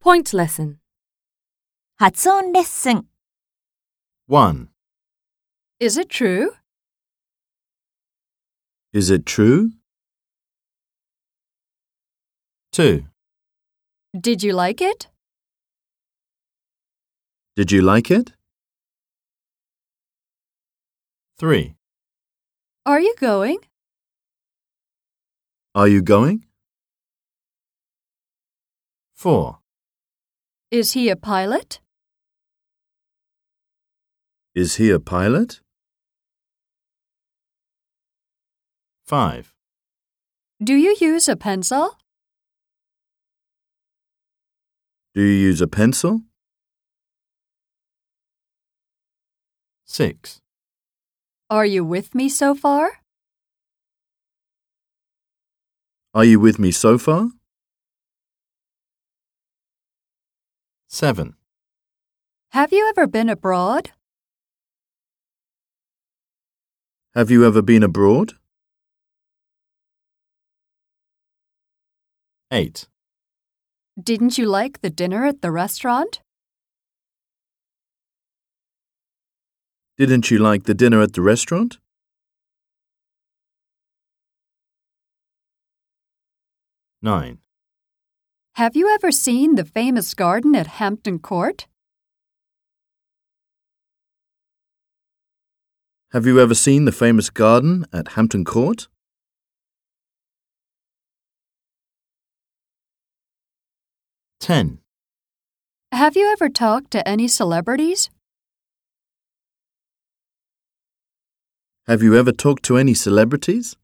Point lesson. 発音レッスン 1. Is it true? Is it true? 2. Did you like it? Did you like it? 3. Are you going? Are you going? 4. Is he a pilot? Is he a pilot? 5. Do you use a pencil? Do you use a pencil? 6. Are you with me so far? Are you with me so far? 7. Have you ever been abroad? Have you ever been abroad? 8. Didn't you like the dinner at the restaurant? Didn't you like the dinner at the restaurant? 9. Have you ever seen the famous garden at Hampton Court? Have you ever seen the famous garden at Hampton Court? 10. Have you ever talked to any celebrities? Have you ever talked to any celebrities?